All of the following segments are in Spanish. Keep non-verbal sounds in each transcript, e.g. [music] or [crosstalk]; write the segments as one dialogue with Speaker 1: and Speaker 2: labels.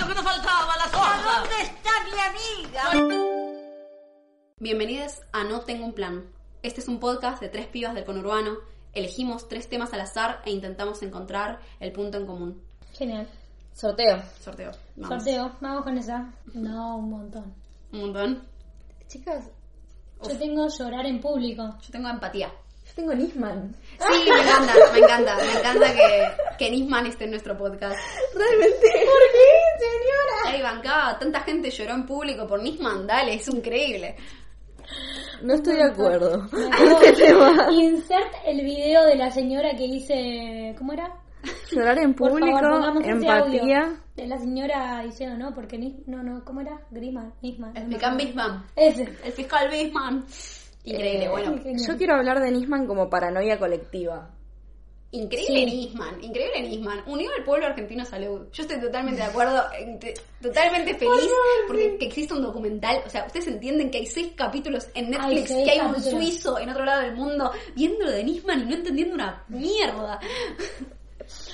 Speaker 1: lo que nos faltaba, la sopa.
Speaker 2: ¿Dónde está mi amiga?
Speaker 3: Bienvenidos a No Tengo un Plan. Este es un podcast de tres pibas del conurbano. Elegimos tres temas al azar e intentamos encontrar el punto en común.
Speaker 4: Genial. Sorteo.
Speaker 3: Sorteo. Vamos.
Speaker 4: Sorteo. Vamos con esa. No, un montón.
Speaker 3: Un montón.
Speaker 4: Chicas. Yo tengo llorar en público.
Speaker 3: Yo tengo empatía.
Speaker 5: Yo tengo Nisman.
Speaker 3: Sí, me encanta, me encanta. Me encanta que, que Nisman esté en nuestro podcast.
Speaker 5: Realmente. ¿Por qué, señora?
Speaker 3: Ey, bancada, tanta gente lloró en público por Nisman. Dale, es increíble.
Speaker 5: No estoy de acuerdo. [laughs]
Speaker 4: Insert el video de la señora que dice... ¿Cómo era?
Speaker 5: Llorar en
Speaker 4: Por favor,
Speaker 5: público,
Speaker 4: pongamos ese audio
Speaker 5: empatía.
Speaker 4: De la señora diciendo, no, porque... Ni, no, no, ¿cómo era? Grima, Nisman. no me
Speaker 3: Explican
Speaker 4: acuerdo.
Speaker 3: Bisman.
Speaker 4: Ese.
Speaker 3: El fiscal Bisman. Increíble, bueno.
Speaker 4: Genial.
Speaker 5: Yo quiero hablar de Nisman como paranoia colectiva.
Speaker 3: Increíble Nisman, increíble Nisman. Unió al pueblo argentino a salud. Yo estoy totalmente de acuerdo, en- te- totalmente feliz porque que existe un documental. O sea, ustedes entienden que hay seis capítulos en Netflix,
Speaker 4: seis
Speaker 3: que hay un
Speaker 4: capítulos.
Speaker 3: suizo en otro lado del mundo viendo lo de Nisman y no entendiendo una mierda.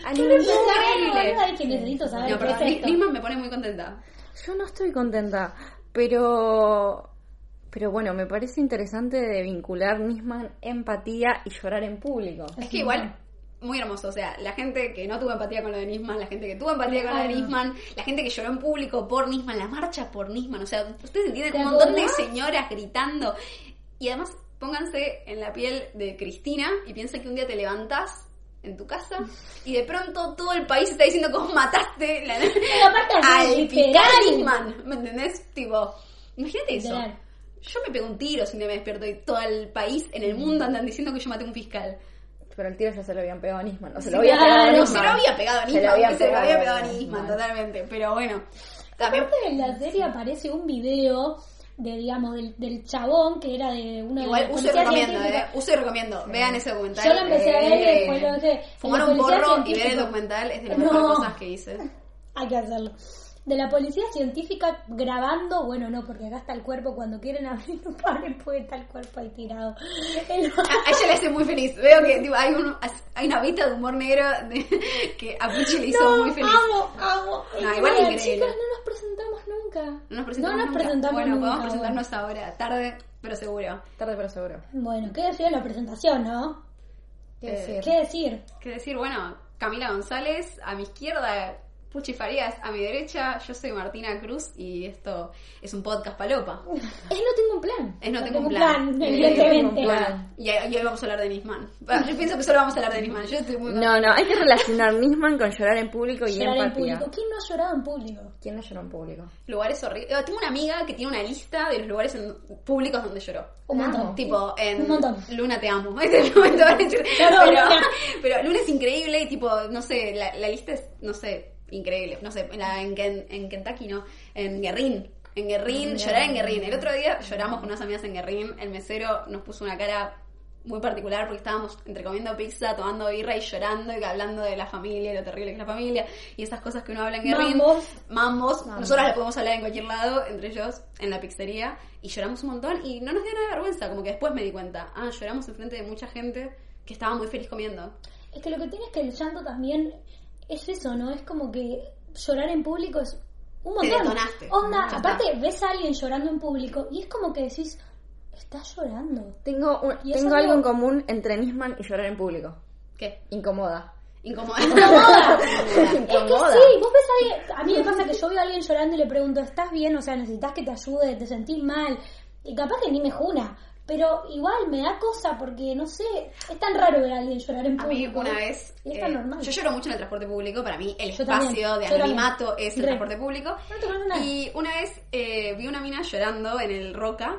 Speaker 5: Anime.
Speaker 4: Ay, boludo, ay, que necesito saber
Speaker 3: No,
Speaker 4: el
Speaker 3: perdón, Ni-
Speaker 4: pretexto.
Speaker 3: Nisman me pone muy contenta.
Speaker 5: Yo no estoy contenta, pero... Pero bueno, me parece interesante de vincular Nisman, empatía y llorar en público.
Speaker 3: Es que igual, muy hermoso. O sea, la gente que no tuvo empatía con lo de Nisman, la gente que tuvo empatía con lo de
Speaker 4: Claro.
Speaker 3: Nisman, la gente que lloró en público por Nisman, la marcha por Nisman. O sea, ustedes entienden
Speaker 4: ¿Te
Speaker 3: un montón de
Speaker 4: acordás?
Speaker 3: señoras gritando. Y además, pónganse en la piel de Cristina y piensa que un día te levantás en tu casa y de pronto todo el país está diciendo que vos mataste [laughs] la-
Speaker 4: aparte así,
Speaker 3: al
Speaker 4: literal.
Speaker 3: fiscal Nisman. ¿Me entendés? Tipo, imagínate eso.
Speaker 4: Literal.
Speaker 3: Yo me pego un tiro si un día me despierto y todo el país en el mundo andan diciendo que yo maté a un fiscal.
Speaker 5: Pero el tiro ya se lo habían pegado a Nisman. O se lo
Speaker 4: Sí,
Speaker 5: había pegado
Speaker 4: claro,
Speaker 5: a
Speaker 3: No,
Speaker 5: Nisman.
Speaker 3: se lo había pegado a
Speaker 5: Se
Speaker 3: Nisman,
Speaker 5: lo había
Speaker 3: se lo había
Speaker 5: pegado
Speaker 3: pegado
Speaker 5: a
Speaker 3: a Nisman,
Speaker 5: Nisman.
Speaker 3: totalmente. Pero bueno, también.
Speaker 4: Aparte en la serie aparece un video de, digamos, del, del chabón que era de uno de
Speaker 3: Igual
Speaker 4: los
Speaker 3: uso y
Speaker 4: policías
Speaker 3: recomiendo, ¿eh?
Speaker 4: científicos.
Speaker 3: Uso y recomiendo. Vean ese documental.
Speaker 4: Yo lo empecé a ver y
Speaker 3: eh,
Speaker 4: después lo dejé.
Speaker 3: Fumar
Speaker 4: Los
Speaker 3: un
Speaker 4: policías
Speaker 3: porro y ver el
Speaker 4: científicos.
Speaker 3: documental es de las
Speaker 4: No.
Speaker 3: mejores cosas que hice.
Speaker 4: Hay que hacerlo. De la policía científica grabando, bueno, no, porque acá está el cuerpo. Cuando quieren abrir un cable, puede estar el cuerpo ahí tirado.
Speaker 3: [laughs]
Speaker 4: El- [laughs]
Speaker 3: A, a ella le hace muy feliz. Veo que tipo, hay, un, hay una vista de humor negro de- que a Pucci le hizo muy feliz.
Speaker 4: Amo, amo.
Speaker 3: No,
Speaker 4: Y
Speaker 3: igual
Speaker 4: nada,
Speaker 3: increíble.
Speaker 4: Chicas, no nos presentamos nunca.
Speaker 3: No nos presentamos
Speaker 4: No nos
Speaker 3: nunca.
Speaker 4: presentamos
Speaker 3: Bueno,
Speaker 4: nunca,
Speaker 3: podemos presentarnos ahora. Tarde, pero seguro.
Speaker 5: Tarde pero seguro.
Speaker 4: Bueno, qué decir de la presentación, ¿no?
Speaker 5: ¿Qué
Speaker 3: Eh.
Speaker 5: decir?
Speaker 4: ¿Qué decir? [laughs]
Speaker 3: Que decir, bueno, Camila González, a mi izquierda, Puchi Farías, a mi derecha, yo soy Martina Cruz y esto es un podcast palopa.
Speaker 4: Es no tengo un plan.
Speaker 3: Es No Tengo un Plan. Eh,
Speaker 4: evidentemente.
Speaker 3: Bueno, y, y hoy vamos a hablar de Nisman. Bueno, yo pienso que solo vamos a hablar de Nisman. Yo estoy muy
Speaker 5: No, no, hay que relacionar Nisman con llorar en público y
Speaker 4: Llorar en
Speaker 5: empatía.
Speaker 4: público. ¿Quién no ha llorado en público?
Speaker 5: ¿Quién no lloró en público?
Speaker 3: Lugares horribles. Tengo una amiga que tiene una lista de los lugares en- públicos donde lloró.
Speaker 4: Un montón.
Speaker 3: Tipo, en
Speaker 4: Un montón.
Speaker 3: Luna te amo. [laughs] Ese momento van a decir,
Speaker 4: Claro,
Speaker 3: pero,
Speaker 4: Luna.
Speaker 3: [laughs] pero Luna es increíble y tipo, no sé, la, la lista es, no sé, increíble. No sé, en, la- en Ken- en Kentucky no, en Guerrín. En Guerrín, llorar en Guerrín. El otro día lloramos con unas amigas en Guerrín, el mesero nos puso una cara muy particular porque estábamos entre comiendo pizza, tomando birra y llorando y hablando de la familia, y lo terrible que es la familia y esas cosas que uno habla en Guerrín.
Speaker 4: Mambos.
Speaker 3: Mambos. Nosotras le podemos hablar en cualquier lado, entre ellos en la pizzería, y lloramos un montón y no nos dio nada de vergüenza, como que después me di cuenta, ah, lloramos enfrente de mucha gente que estaba muy feliz comiendo.
Speaker 4: Es que lo que tiene es que el llanto también es eso, ¿no? Es como que llorar en público es un
Speaker 3: Te
Speaker 4: montón.
Speaker 3: detonaste. Ya
Speaker 4: Onda,
Speaker 3: está.
Speaker 4: aparte ves a alguien llorando en público y es como que decís, está llorando.
Speaker 5: Tengo, un-
Speaker 4: Y eso
Speaker 5: tengo algo
Speaker 4: no-
Speaker 5: en común entre Nisman y llorar en público.
Speaker 3: ¿Qué?
Speaker 5: Incomoda.
Speaker 3: Incomoda. [laughs]
Speaker 4: Es que
Speaker 5: Incomoda.
Speaker 4: sí, vos ves a alguien, a mí me pasa que yo veo a alguien llorando y le pregunto, ¿estás bien? O sea, necesitas que te ayude, te sentís mal. Y capaz que ni me juna, pero igual me da cosa porque, no sé, es tan raro ver a alguien llorar en
Speaker 3: A mí
Speaker 4: público.
Speaker 3: una vez,
Speaker 4: Y es tan
Speaker 3: eh,
Speaker 4: normal.
Speaker 3: yo lloro mucho en el transporte público, para mí el
Speaker 4: Yo
Speaker 3: espacio
Speaker 4: también,
Speaker 3: de
Speaker 4: yo también.
Speaker 3: anonimato es el
Speaker 4: Re.
Speaker 3: transporte público.
Speaker 4: No te conozco nada.
Speaker 3: Y una vez eh, vi una mina llorando en el Roca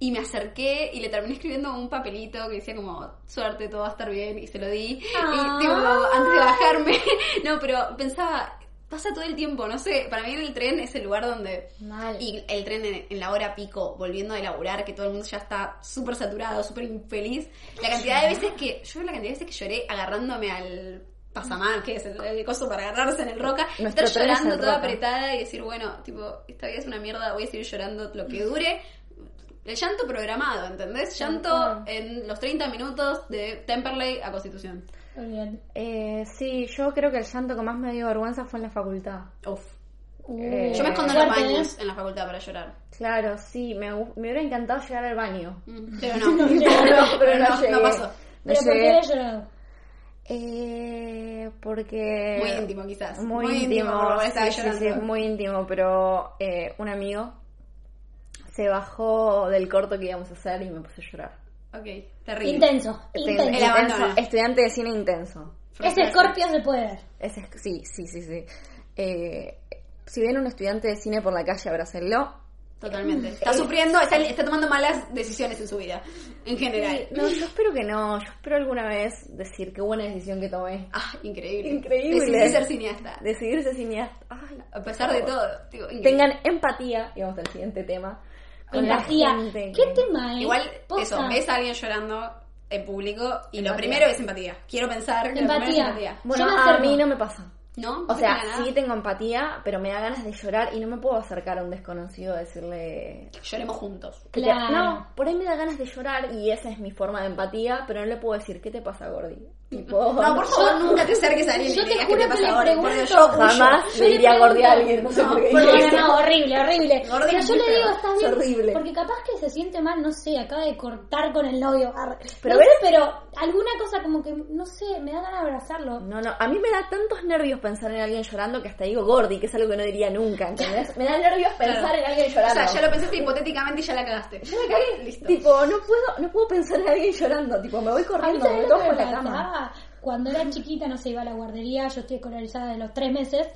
Speaker 3: y me acerqué y le terminé escribiendo un papelito que decía como, suerte, todo va a estar bien, y se lo di. Y
Speaker 4: Ah.
Speaker 3: [laughs] tipo, antes de bajarme, no, pero pensaba... "Pa, pasa todo el tiempo, no sé, para mí el tren es el lugar donde...
Speaker 4: Mal.
Speaker 3: Y el tren en, en la hora pico, volviendo a laburar, que todo el mundo ya está súper saturado, súper infeliz. La cantidad de veces que... Yo la cantidad de veces que lloré agarrándome al pasamar, que es el, el coso para agarrarse en el roca, y
Speaker 5: Nuestro
Speaker 3: estar
Speaker 5: tren es
Speaker 3: llorando
Speaker 5: el
Speaker 3: toda
Speaker 5: Roca.
Speaker 3: apretada y decir, bueno, tipo, esta vida es una mierda, voy a seguir llorando lo que dure. El llanto programado, ¿entendés? Llanto en los 30 minutos de Temperley a Constitución.
Speaker 4: Olvídate.
Speaker 5: Eh, sí, yo creo que el llanto que más me dio vergüenza fue en la facultad.
Speaker 3: Uf.
Speaker 5: Eh,
Speaker 3: Yo me escondo en los
Speaker 4: Fuerte, ¿eh?
Speaker 3: baños en la facultad para llorar.
Speaker 5: Claro, sí, me, hu- me hubiera encantado llegar al baño.
Speaker 3: Mm, Pero no.
Speaker 5: pero [laughs] no,
Speaker 3: no
Speaker 5: llegué.
Speaker 3: pasó.
Speaker 5: No
Speaker 4: Pero ¿por qué
Speaker 5: llegué.
Speaker 4: había llorado?
Speaker 5: Eh, porque...
Speaker 3: Muy íntimo, quizás.
Speaker 5: Muy,
Speaker 3: Muy íntimo,
Speaker 5: íntimo,
Speaker 3: como estaba
Speaker 5: sí, sí, sí,
Speaker 3: llorando.
Speaker 5: muy íntimo, pero eh, un amigo se bajó del corto que íbamos a hacer y me puse a llorar.
Speaker 3: Ok, terrible.
Speaker 4: Intenso,
Speaker 5: Este,
Speaker 4: intenso.
Speaker 3: El abandono.
Speaker 5: estudiante de cine intenso.
Speaker 4: Ese Scorpio se puede ver.
Speaker 5: Ese es- sí, sí, sí, sí. Eh, si ven un estudiante de cine por la calle, abrácenlo.
Speaker 3: Totalmente. Está sufriendo, está, está tomando malas decisiones en su vida, en general.
Speaker 5: No, yo espero que no. Yo espero alguna vez decir qué buena decisión que tomé.
Speaker 3: Ah, increíble.
Speaker 5: Increíble.
Speaker 3: Decidí ser cineasta.
Speaker 5: Decidirse cineasta. Ay,
Speaker 3: A pesar de todo. digo, increíble.
Speaker 5: Tengan empatía, y vamos al siguiente tema. con la
Speaker 4: Empatía. ¿Qué
Speaker 5: gente que-
Speaker 4: tema es?
Speaker 3: Igual,
Speaker 4: Posta.
Speaker 3: eso, ves a alguien llorando en público y lo
Speaker 5: Empatía.
Speaker 3: primero es empatía. Quiero pensar que lo primero es
Speaker 4: Empatía.
Speaker 3: empatía.
Speaker 5: Bueno,
Speaker 4: Yo me
Speaker 5: a
Speaker 4: acerco.
Speaker 5: mí no me pasa.
Speaker 3: ¿No?
Speaker 5: O
Speaker 3: No
Speaker 5: sea,
Speaker 3: pasa nada.
Speaker 5: sí tengo empatía, pero me da ganas de llorar y no me puedo acercar a un desconocido a decirle...
Speaker 3: Lloremos juntos.
Speaker 5: que te-
Speaker 4: Claro.
Speaker 5: No, por ahí me da ganas de llorar y esa es mi forma de empatía, pero no le puedo decir, ¿qué te pasa, Gordi? Tipo,
Speaker 3: No, por favor, nunca te acerques a alguien y
Speaker 4: yo
Speaker 3: le
Speaker 4: te
Speaker 3: digas
Speaker 4: juro
Speaker 3: que te
Speaker 4: que
Speaker 3: pasa
Speaker 4: le
Speaker 3: ahora.
Speaker 4: pregunto.
Speaker 3: porque yo-
Speaker 5: jamás
Speaker 4: yo
Speaker 5: le
Speaker 4: le
Speaker 5: diría
Speaker 4: pregunto.
Speaker 5: Gordi a alguien, no sé
Speaker 3: No,
Speaker 5: por qué.
Speaker 3: por
Speaker 4: No,
Speaker 5: dije
Speaker 4: no,
Speaker 5: eso.
Speaker 4: no, horrible, horrible.
Speaker 3: Gordo
Speaker 4: Pero
Speaker 3: es
Speaker 4: yo
Speaker 3: muy
Speaker 4: le digo,
Speaker 3: feo.
Speaker 4: estás
Speaker 5: Es
Speaker 4: bien.
Speaker 5: horrible.
Speaker 4: Porque capaz que se siente mal, no sé, acaba de cortar con el novio. arre.
Speaker 5: Ah, Pero
Speaker 4: No sé,
Speaker 5: ves-
Speaker 4: pero alguna cosa como que, no sé, me da ganas de abrazarlo.
Speaker 5: No, no, a mí me da tantos nervios pensar en alguien llorando que hasta digo Gordi, que es algo que no diría nunca, ¿entendés? Me da nervios pensar
Speaker 3: Claro.
Speaker 5: en alguien
Speaker 3: O
Speaker 5: llorando.
Speaker 3: sea, ya lo pensaste hipotéticamente y ya la cagaste. Ya la cagué, listo.
Speaker 5: Tipo, no puedo, no puedo pensar en alguien llorando, tipo, me voy
Speaker 4: A mí
Speaker 5: corriendo,
Speaker 4: ¿sabés
Speaker 5: me
Speaker 4: lo
Speaker 5: toco
Speaker 4: que
Speaker 5: en
Speaker 4: me
Speaker 5: la cama.
Speaker 4: pasaba? Cuando era chiquita, no sé, iba a la guardería, yo estoy escolarizada de los tres meses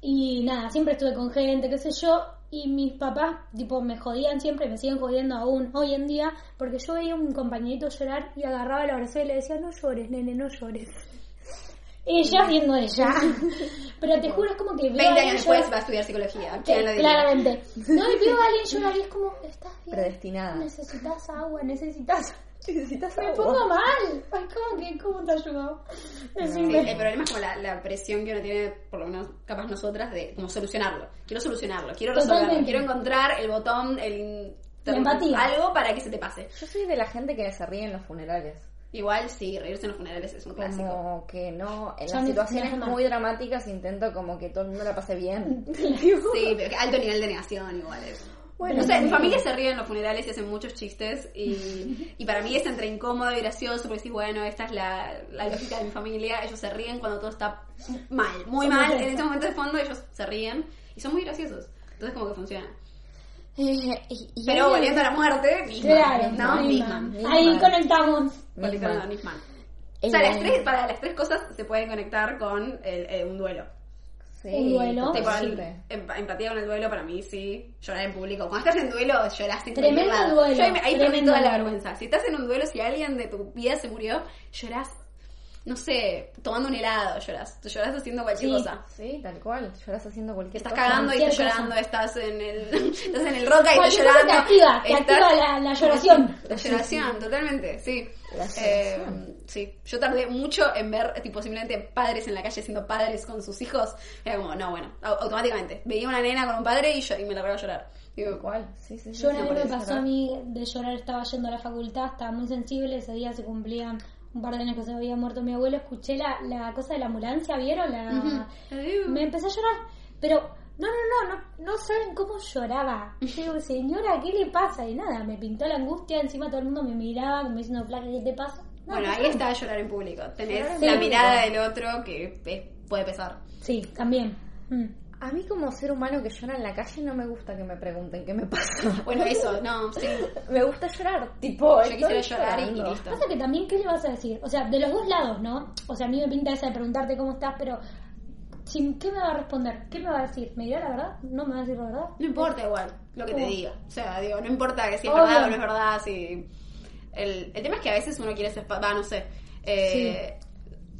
Speaker 4: y nada, siempre estuve con gente, qué sé yo, y mis papás, tipo, me jodían siempre, me siguen jodiendo aún hoy en día, porque yo veía a un compañerito llorar y agarraba el abrazo y le decía, no llores, nene, no llores. [laughs] Ella
Speaker 3: [laughs]
Speaker 4: viendo ella. Pero te juro, es como que veo a
Speaker 3: 20
Speaker 4: alguien
Speaker 3: años después
Speaker 4: llorar-
Speaker 3: va a estudiar psicología. ¿Quién lo
Speaker 4: eh,
Speaker 3: diría?
Speaker 4: Claramente. No, y veo a alguien llorar y es como, estás bien.
Speaker 5: Predestinada.
Speaker 4: Necesitas agua, necesitas [laughs]
Speaker 5: Necesitas
Speaker 4: me
Speaker 5: agua.
Speaker 4: pongo mal. Ay, ¿cómo que cómo te ayudó?
Speaker 3: Sí,
Speaker 4: Decime.
Speaker 3: el problema es como la, la presión que uno tiene, por lo menos capaz nosotras, de como solucionarlo. Quiero solucionarlo, quiero resolverlo,
Speaker 4: Totalmente.
Speaker 3: quiero encontrar el botón, el
Speaker 4: La empatía.
Speaker 3: algo para que se te pase.
Speaker 5: Yo soy de la gente que se ríe en los funerales.
Speaker 3: Igual sí, reírse en los funerales es un clásico.
Speaker 5: Como que no, en
Speaker 4: Yo
Speaker 5: las
Speaker 4: no-
Speaker 5: situaciones
Speaker 4: no es más.
Speaker 5: muy dramáticas intento como que todo el mundo la pase bien. [laughs]
Speaker 3: Sí, pero que alto nivel de negación igual es.
Speaker 5: Bueno,
Speaker 3: no sé, mi
Speaker 5: sí.
Speaker 3: familia se ríe en los funerales y hacen muchos chistes y, y para mí es entre incómodo y gracioso porque decís, bueno, esta es la, la lógica de mi familia, ellos se ríen cuando todo está mal, muy
Speaker 4: Son
Speaker 3: mal,
Speaker 4: muy
Speaker 3: en ese
Speaker 4: frescos.
Speaker 3: momento de fondo ellos se ríen y son muy graciosos, entonces como que funciona.
Speaker 5: Eh, y- y
Speaker 3: Pero
Speaker 5: hay-
Speaker 3: volviendo a la muerte, Nisman,
Speaker 4: [laughs] Claro,
Speaker 3: ¿no?
Speaker 4: ahí
Speaker 3: Nisman.
Speaker 4: va. Ahí conectamos.
Speaker 3: Policarbonato,
Speaker 5: Nisman.
Speaker 3: Nisman.
Speaker 5: Eh,
Speaker 3: O sea, las tres, para las tres cosas se pueden conectar con el- eh, un duelo.
Speaker 5: sí,
Speaker 4: Un duelo.
Speaker 3: Tipo, el-
Speaker 5: totalmente.
Speaker 3: emp- empatía con el duelo, para mí sí. Llorar en público. Cuando estás en duelo, lloras sin
Speaker 4: Tremendo
Speaker 3: cualquier lado.
Speaker 4: duelo,
Speaker 3: Yo ahí me- ahí perdí
Speaker 4: tremendo
Speaker 3: toda la
Speaker 4: duelo.
Speaker 3: vergüenza. Si estás en un duelo, si alguien de tu vida se murió, lloras, no sé, tomando un helado, lloras. Lloras haciendo cualquier
Speaker 4: Sí.
Speaker 3: cosa.
Speaker 5: Sí, tal cual. Lloras haciendo cualquier
Speaker 3: Estás
Speaker 5: cosa.
Speaker 3: cagando y
Speaker 4: cualquier
Speaker 3: estás
Speaker 4: cosa.
Speaker 3: llorando, estás en el, [laughs] estás en el roca y estás
Speaker 4: Cualquier cosa
Speaker 3: llorando.
Speaker 4: te activa, te
Speaker 3: estás-
Speaker 4: activa la- la lloración.
Speaker 3: [laughs] La lloración, totalmente, sí.
Speaker 5: La
Speaker 3: Eh,
Speaker 5: lloración.
Speaker 3: sí. Yo tardé mucho en ver, eh, tipo, simplemente padres en la calle siendo padres con sus hijos. Era como, no, bueno, au- automáticamente. Veía una nena con un padre y, yo, y me la a llorar. Digo,
Speaker 5: Tal cual. Sí, sí, sí,
Speaker 4: Yo una
Speaker 5: sí,
Speaker 4: vez me
Speaker 5: sí,
Speaker 4: pasó a mí de llorar, estaba yendo a la facultad, estaba muy sensible, ese día se cumplían un par de años que se había muerto mi abuelo, escuché la, la cosa de la ambulancia, ¿vieron? La... Me empecé a llorar, pero no, no, no, no, no saben cómo lloraba. Yo digo, señora, ¿qué le pasa? Y nada, me pintó la angustia, encima todo el mundo me miraba, como diciendo, flaca, ¿qué te pasa? No,
Speaker 3: bueno,
Speaker 4: no
Speaker 3: ahí está llorar en público. Tenés
Speaker 4: en
Speaker 3: la
Speaker 4: público.
Speaker 3: mirada del otro que eh, puede pesar.
Speaker 4: Sí, también. Mm.
Speaker 5: A mí como ser humano que llora en la calle no me gusta que me pregunten qué me [laughs] pasa.
Speaker 3: Bueno, eso, no, sí.
Speaker 5: me gusta llorar, tipo.
Speaker 3: Yo quisiera
Speaker 5: estoy
Speaker 3: llorar y- y
Speaker 5: llorando.
Speaker 3: listo.
Speaker 4: Pasa que también, ¿qué le vas a decir? O sea, de los dos lados, ¿no? O sea, a mí me pinta esa de preguntarte cómo estás, pero sin ¿qué me va a responder? ¿Qué me va a decir? ¿Me dirá la verdad? ¿No me va a decir la verdad?
Speaker 3: No importa igual lo que te diga. O sea, digo, no importa que si es
Speaker 4: Obvio.
Speaker 3: verdad o no es verdad, si... El, el tema es que a veces uno quiere ser... pa- Va, no sé. Eh,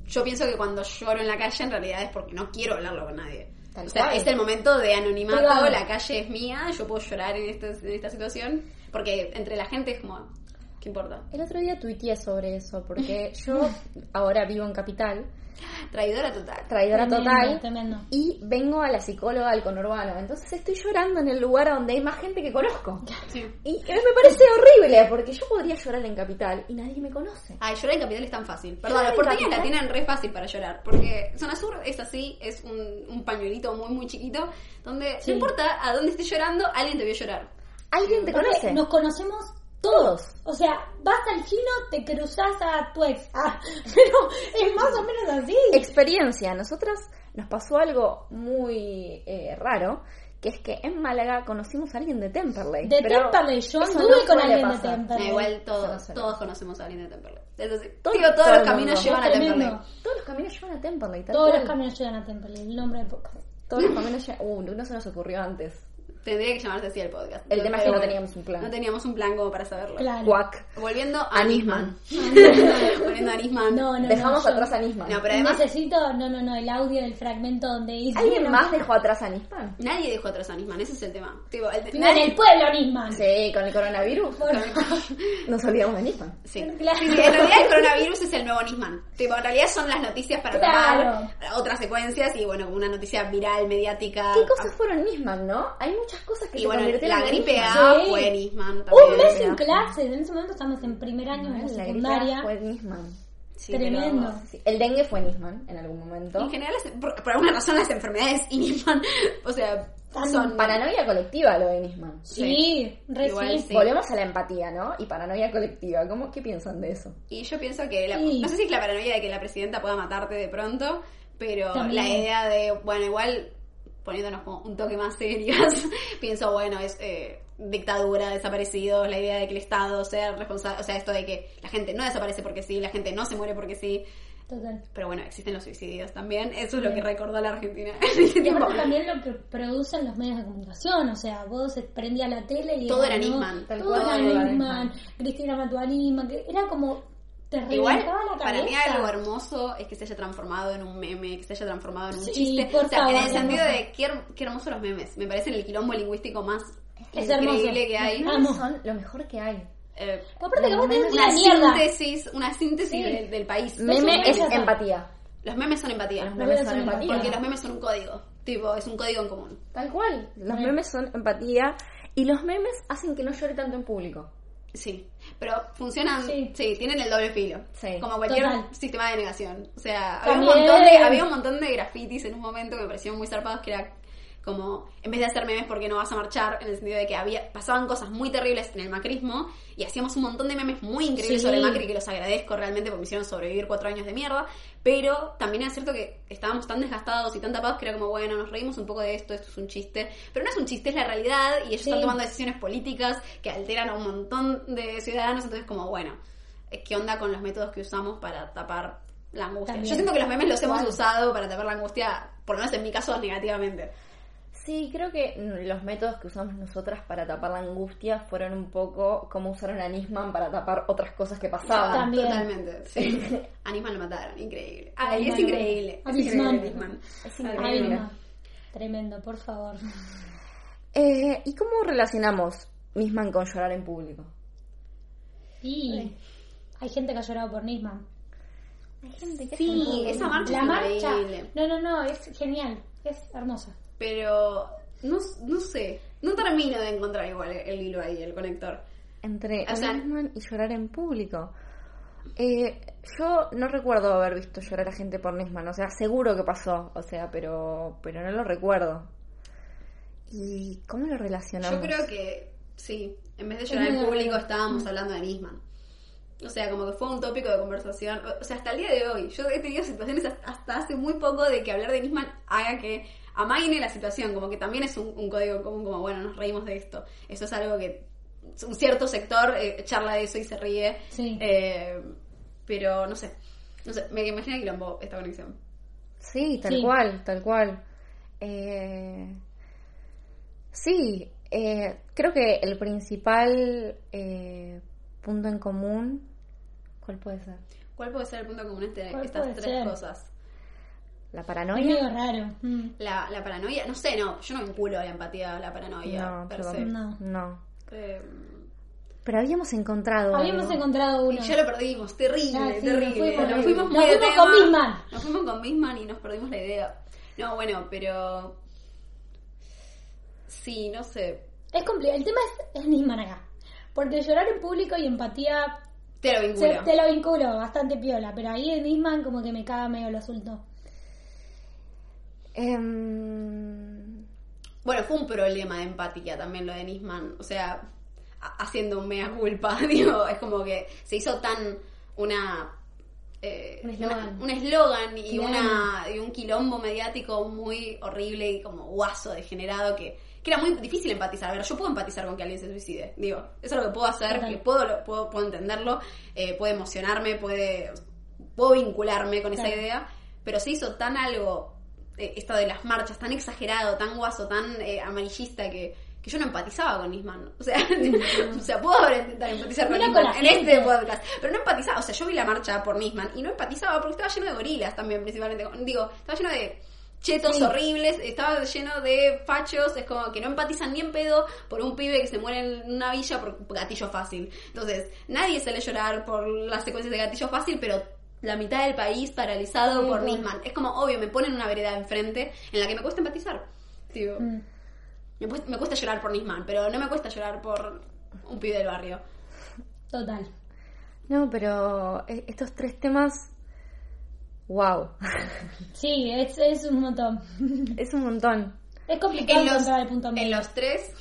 Speaker 3: Yo pienso que cuando lloro en la calle en realidad es porque no quiero hablarlo con nadie.
Speaker 5: Tal
Speaker 3: O sea,
Speaker 5: cual.
Speaker 3: es el momento de anonimato,
Speaker 4: Privado.
Speaker 3: la calle es mía, yo puedo llorar en, este- en esta situación, porque entre la gente es como, ¿qué importa?
Speaker 5: El otro día tuiteé sobre eso,
Speaker 4: [laughs]
Speaker 5: porque yo ahora vivo en Capital,
Speaker 3: Traidora total.
Speaker 5: traidora
Speaker 4: Tremendo,
Speaker 5: total,
Speaker 4: tremendo.
Speaker 5: y vengo a la psicóloga al conurbano. Entonces estoy llorando en el lugar donde hay más gente que conozco.
Speaker 3: Sí.
Speaker 5: Y me parece horrible, porque yo podría llorar en Capital y nadie me conoce.
Speaker 3: Ay, llorar en Capital es tan fácil. Perdón,
Speaker 5: Llorar
Speaker 3: los
Speaker 5: en
Speaker 3: porteños la
Speaker 5: Capital.
Speaker 3: tienen re fácil para llorar. Porque Zona Sur es así, es un, un pañuelito muy, muy chiquito. Donde no importa a dónde estés llorando, alguien te vio llorar.
Speaker 5: ¿Alguien te
Speaker 4: Aparte,
Speaker 5: conoce?
Speaker 4: Nos conocemos todos. O sea, vas al gino, te cruzas a tu ex. Ah, [laughs] pero es más o menos así.
Speaker 5: Experiencia. Nosotras nos pasó algo muy eh, raro, que es que en Málaga conocimos a alguien de Temperley.
Speaker 4: De
Speaker 5: pero
Speaker 4: Temperley, yo
Speaker 5: eso
Speaker 4: anduve con
Speaker 5: no suele
Speaker 4: alguien de
Speaker 5: pasar.
Speaker 4: Temperley.
Speaker 3: Da igual,
Speaker 5: Eso no
Speaker 3: todos,
Speaker 5: suena.
Speaker 3: todos conocemos a alguien de Temperley. Es así.
Speaker 5: Todo-
Speaker 3: Digo, todos
Speaker 5: todo
Speaker 3: los
Speaker 5: el
Speaker 3: caminos
Speaker 5: mundo.
Speaker 3: llevan a
Speaker 4: Tremendo.
Speaker 3: Temperley.
Speaker 5: Todos los caminos llevan a Temperley. tal
Speaker 4: Todos los
Speaker 5: cual.
Speaker 4: caminos llegan a Temperley, el nombre de poco.
Speaker 5: Todos los caminos llevan... Uh, no se nos ocurrió antes.
Speaker 3: Tendría que llamarse así el podcast.
Speaker 5: El tema es que
Speaker 3: Pero
Speaker 5: no
Speaker 3: bueno,
Speaker 5: teníamos un plan.
Speaker 3: No teníamos un plan como para saberlo.
Speaker 4: Claro.
Speaker 5: Cuac.
Speaker 3: Volviendo a
Speaker 5: Anisman.
Speaker 3: [laughs] Volviendo a Nisman.
Speaker 4: No, no,
Speaker 5: Dejamos
Speaker 4: no, yo-
Speaker 5: atrás a Nisman.
Speaker 3: No, pero además
Speaker 4: Necesito, no, no, no, el audio del fragmento donde dice.
Speaker 5: ¿Alguien
Speaker 4: no,
Speaker 5: más dejó atrás a Nisman?
Speaker 3: nadie dejó atrás a Nisman, ese es el tema. Tipo, el-
Speaker 4: vive
Speaker 3: nadie-
Speaker 4: En el pueblo misma.
Speaker 5: Sí, con el coronavirus. [laughs] Nos olvidamos de Nisman.
Speaker 3: Sí.
Speaker 4: [laughs] Claro.
Speaker 3: Sí, sí, en realidad el coronavirus es el nuevo Nisman. Tipo, en realidad son las noticias para
Speaker 4: Claro.
Speaker 3: tapar otras secuencias y bueno, una noticia viral, mediática. Ah,
Speaker 5: ¿Qué cosas fueron Nisman, no? Hay muchas cosas que
Speaker 3: Y
Speaker 5: se
Speaker 3: bueno,
Speaker 5: convirtieron
Speaker 3: la
Speaker 5: en
Speaker 3: gripe
Speaker 5: Nisman.
Speaker 3: A
Speaker 4: Sí.
Speaker 3: fue Nisman también.
Speaker 4: Un mes sin
Speaker 5: Mira.
Speaker 4: clases. En ese momento estamos en primer año de la
Speaker 5: La gripe
Speaker 4: secundaria.
Speaker 5: A fue Nisman.
Speaker 3: Sí, pero-
Speaker 4: Tremendo.
Speaker 5: Sí, El dengue fue Nisman en algún momento.
Speaker 3: En general, las- por, por alguna razón, las enfermedades y Nisman, [laughs] o sea,
Speaker 4: Tan
Speaker 3: son
Speaker 5: Paranoia colectiva lo de Nisman.
Speaker 4: Sí, re
Speaker 3: Igual
Speaker 4: sí.
Speaker 3: sí.
Speaker 5: Volvemos a la empatía, ¿no? Y paranoia colectiva. ¿Cómo, ¿Qué piensan de eso?
Speaker 3: Y yo pienso que, la-
Speaker 4: Sí.
Speaker 3: no sé si es la paranoia de que la presidenta pueda matarte de pronto, pero
Speaker 4: También.
Speaker 3: la idea de, bueno, igual poniéndonos como un toque más serias, [laughs] pienso, bueno, es eh, dictadura, desaparecidos, la idea de que el Estado sea responsable, o sea, esto de que la gente no desaparece porque sí, la gente no se muere porque sí,
Speaker 4: Total.
Speaker 3: pero bueno, existen los suicidios también, eso es lo que recordó la
Speaker 4: [laughs]
Speaker 3: Argentina.
Speaker 4: Y
Speaker 3: Tipo,
Speaker 4: aparte también lo que producen los medios de comunicación, o sea, vos prendías la tele y...
Speaker 3: Todo era
Speaker 4: ¿no?
Speaker 3: Nisman, tal
Speaker 4: Todo
Speaker 3: cual,
Speaker 4: era
Speaker 3: todo era
Speaker 4: Nisman, Cristina Mantua Nisman, que era como... Te
Speaker 3: Igual,
Speaker 4: reventaba la cabeza.
Speaker 3: para mí algo hermoso es que se haya transformado en un meme, que se haya transformado en un
Speaker 4: Sí,
Speaker 3: chiste.
Speaker 4: por
Speaker 3: o sea, en
Speaker 4: favor,
Speaker 3: el sentido
Speaker 4: hermoso.
Speaker 3: de qué, hermosos hermoso los memes. Me parecen el quilombo lingüístico más
Speaker 4: Es
Speaker 3: increíble
Speaker 4: hermoso.
Speaker 3: que hay.
Speaker 4: Ajá.
Speaker 5: Los
Speaker 4: Amo.
Speaker 5: memes son lo mejor que hay.
Speaker 3: Eh,
Speaker 4: Aparte que vos tenés una
Speaker 3: una
Speaker 4: mierda.
Speaker 3: síntesis, una síntesis
Speaker 4: Sí.
Speaker 3: del, del país.
Speaker 5: Meme es
Speaker 4: ya está.
Speaker 5: empatía.
Speaker 3: Los memes son empatía.
Speaker 5: Los memes son
Speaker 4: memes son
Speaker 5: empatía.
Speaker 3: Porque los memes son un código. Tipo, es un código en común.
Speaker 5: Tal cual. Los memes son empatía. Y los memes hacen que no llore tanto en público.
Speaker 3: Sí. Pero funcionan, sí,
Speaker 4: Sí.
Speaker 3: tienen el doble filo.
Speaker 5: Sí.
Speaker 3: Como cualquier
Speaker 4: Total.
Speaker 3: sistema de negación. O sea, había un,
Speaker 4: También.
Speaker 3: montón de, había un montón de grafitis en un momento que me parecieron muy zarpados que era como, en vez de hacer memes porque no vas a marchar, en el sentido de que había, pasaban cosas muy terribles en el macrismo y hacíamos un montón de memes muy increíbles
Speaker 4: Sí.
Speaker 3: sobre Macri que los agradezco realmente porque me hicieron sobrevivir cuatro años de mierda, pero también es cierto que estábamos tan desgastados y tan tapados que era como, bueno, nos reímos un poco de esto, esto es un chiste, pero no es un chiste, es la realidad y ellos
Speaker 4: Sí.
Speaker 3: están tomando decisiones políticas que alteran a un montón de ciudadanos, entonces como, bueno, eh, ¿qué onda con los métodos que usamos para tapar la angustia?
Speaker 4: También.
Speaker 3: Yo siento que los memes los hemos
Speaker 4: Claro.
Speaker 3: usado para tapar la angustia, por lo menos en mi caso, negativamente.
Speaker 5: Sí, creo que mm, los métodos que usamos nosotras para tapar la angustia fueron un poco como usaron a Nisman para tapar otras cosas que pasaban.
Speaker 4: También.
Speaker 3: Ah, Totalmente, sí. A Nisman lo mataron, increíble. Ay, Ah,
Speaker 4: Nisman
Speaker 3: es
Speaker 4: lo-
Speaker 3: increíble.
Speaker 4: a
Speaker 3: Es increíble,
Speaker 4: Nisman.
Speaker 3: Nisman.
Speaker 5: Es
Speaker 4: Ay,
Speaker 5: increíble.
Speaker 4: no. Tremendo, por favor.
Speaker 5: Eh, ¿Y cómo relacionamos Nisman con llorar en público?
Speaker 4: Y hay gente que ha llorado por Nisman.
Speaker 5: Hay gente que
Speaker 3: Sí, esa marcha
Speaker 4: La
Speaker 3: es
Speaker 4: marcha.
Speaker 3: increíble.
Speaker 4: No, no, no, es genial. Es hermosa.
Speaker 3: Pero no, no sé, no termino de encontrar igual el hilo ahí, el conector.
Speaker 5: entre
Speaker 3: O sea-
Speaker 5: Nisman y llorar en público. Eh, yo no recuerdo haber visto llorar a gente por Nisman, o sea, seguro que pasó, o sea, pero pero no lo recuerdo. ¿Y cómo lo relacionamos?
Speaker 3: Yo creo que sí, en vez de llorar en público estábamos hablando de Nisman. O sea, como que fue un tópico de conversación. O- O sea, hasta el día de hoy. Yo he tenido situaciones hasta- hasta hace muy poco de que hablar de Nisman haga que amaine la situación. Como que también es un, un código común, como bueno, nos reímos de esto. Eso es algo que un cierto sector eh, charla de eso y se ríe.
Speaker 4: Sí.
Speaker 3: Eh, pero no sé. No sé, me imagino quilombo esta conexión.
Speaker 5: Sí, tal
Speaker 4: Sí.
Speaker 5: cual, tal cual. Eh, sí, eh, creo que el principal eh, punto en común, ¿cuál puede ser?
Speaker 3: ¿Cuál puede ser el punto común entre
Speaker 4: ¿Cuál
Speaker 3: estas
Speaker 4: puede
Speaker 3: tres
Speaker 4: ser?
Speaker 3: cosas?
Speaker 5: La
Speaker 4: Es medio
Speaker 5: paranoia.
Speaker 4: raro. Mm.
Speaker 3: La, la paranoia, no sé, no, yo no vinculo la empatía a la paranoia.
Speaker 5: No,
Speaker 3: per
Speaker 5: yo-
Speaker 3: se.
Speaker 4: No.
Speaker 5: No.
Speaker 3: Eh,
Speaker 5: Pero habíamos encontrado.
Speaker 4: Habíamos
Speaker 5: algo.
Speaker 4: encontrado
Speaker 3: y
Speaker 4: uno.
Speaker 3: ya lo perdimos, terrible,
Speaker 4: Ah, sí,
Speaker 3: terrible.
Speaker 4: nos fuimos,
Speaker 3: nos fuimos muy
Speaker 4: nos
Speaker 3: de
Speaker 4: fuimos con
Speaker 3: tema,
Speaker 4: Bismarck.
Speaker 3: Nos fuimos con Bisman y nos perdimos la idea. No, bueno, pero. Sí, no sé.
Speaker 4: Es complicado. El tema es, es Nisman acá. Porque llorar en público y empatía
Speaker 3: Te lo
Speaker 4: se-
Speaker 3: vinculo.
Speaker 4: te lo vinculo bastante piola. Pero ahí el Nisman como que me caga medio el asunto.
Speaker 5: Em,
Speaker 3: Bueno, fue un problema de empatía también lo de Nisman. O sea, ha- haciendo un mea culpa, [laughs] digo, es como que se hizo tan una. eh,
Speaker 4: Un
Speaker 3: una-
Speaker 4: eslogan.
Speaker 3: un eslogan y,
Speaker 4: Claro.
Speaker 3: una, y un quilombo mediático muy horrible y como guaso, degenerado, que, que era muy difícil empatizar. A ver, yo puedo empatizar con que alguien se suicide, digo, eso es lo que puedo hacer,
Speaker 4: Total.
Speaker 3: que puedo, lo- puedo, puedo entenderlo, eh, puede emocionarme, puede, puedo vincularme con esa
Speaker 4: Claro.
Speaker 3: idea, pero se hizo tan algo, eh, esto de las marchas, tan exagerado, tan guaso, tan eh, amarillista que, que yo no empatizaba con Nisman. O sea, [laughs] o sea puedo haber intentado empatizar con
Speaker 4: Mira
Speaker 3: Nisman
Speaker 4: con la
Speaker 3: en este
Speaker 4: gente.
Speaker 3: podcast, pero no empatizaba. O sea, yo vi la marcha por Nisman y no empatizaba porque estaba lleno de gorilas también, principalmente. Digo, estaba lleno de chetos horribles, estaba lleno de fachos, es como que no empatizan ni en pedo por un pibe que se muere en una villa por gatillo fácil. Entonces, nadie sale a llorar por las secuencias de gatillo fácil, pero la mitad del país paralizado
Speaker 4: Sí,
Speaker 3: por
Speaker 4: bueno.
Speaker 3: Nisman. Es como, obvio, me ponen una vereda enfrente en la que me cuesta empatizar. Digo,
Speaker 4: Mm.
Speaker 3: me, cuesta, me cuesta llorar por Nisman, pero no me cuesta llorar por un pibe del barrio.
Speaker 4: Total.
Speaker 5: no, pero e- estos tres temas. ¡Wow!
Speaker 4: Sí, es, es un montón.
Speaker 5: [laughs]
Speaker 4: [laughs]
Speaker 5: es un montón.
Speaker 4: es complicado
Speaker 3: en los,
Speaker 4: encontrar el punto medio.
Speaker 3: en los tres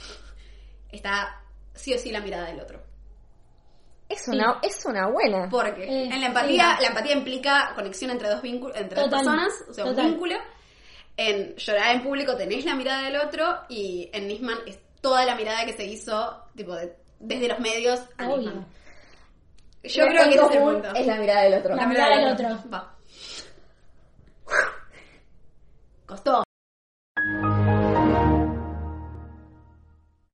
Speaker 3: está sí o sí la mirada del otro.
Speaker 5: Es una, es una buena.
Speaker 3: Porque
Speaker 4: Eh,
Speaker 3: en la empatía,
Speaker 4: sí.
Speaker 3: la empatía implica conexión entre dos vínculos, entre dos
Speaker 4: Total,
Speaker 3: personas, o sea,
Speaker 4: total.
Speaker 3: un vínculo. En llorar en público tenés la mirada del otro y en Nisman es toda la mirada que se hizo, tipo, de- desde los medios a
Speaker 4: Obvio.
Speaker 3: Nisman. Yo creo que ese es el
Speaker 5: común
Speaker 3: punto.
Speaker 5: es la mirada del otro.
Speaker 4: La mirada del otro.
Speaker 3: Va. Costó.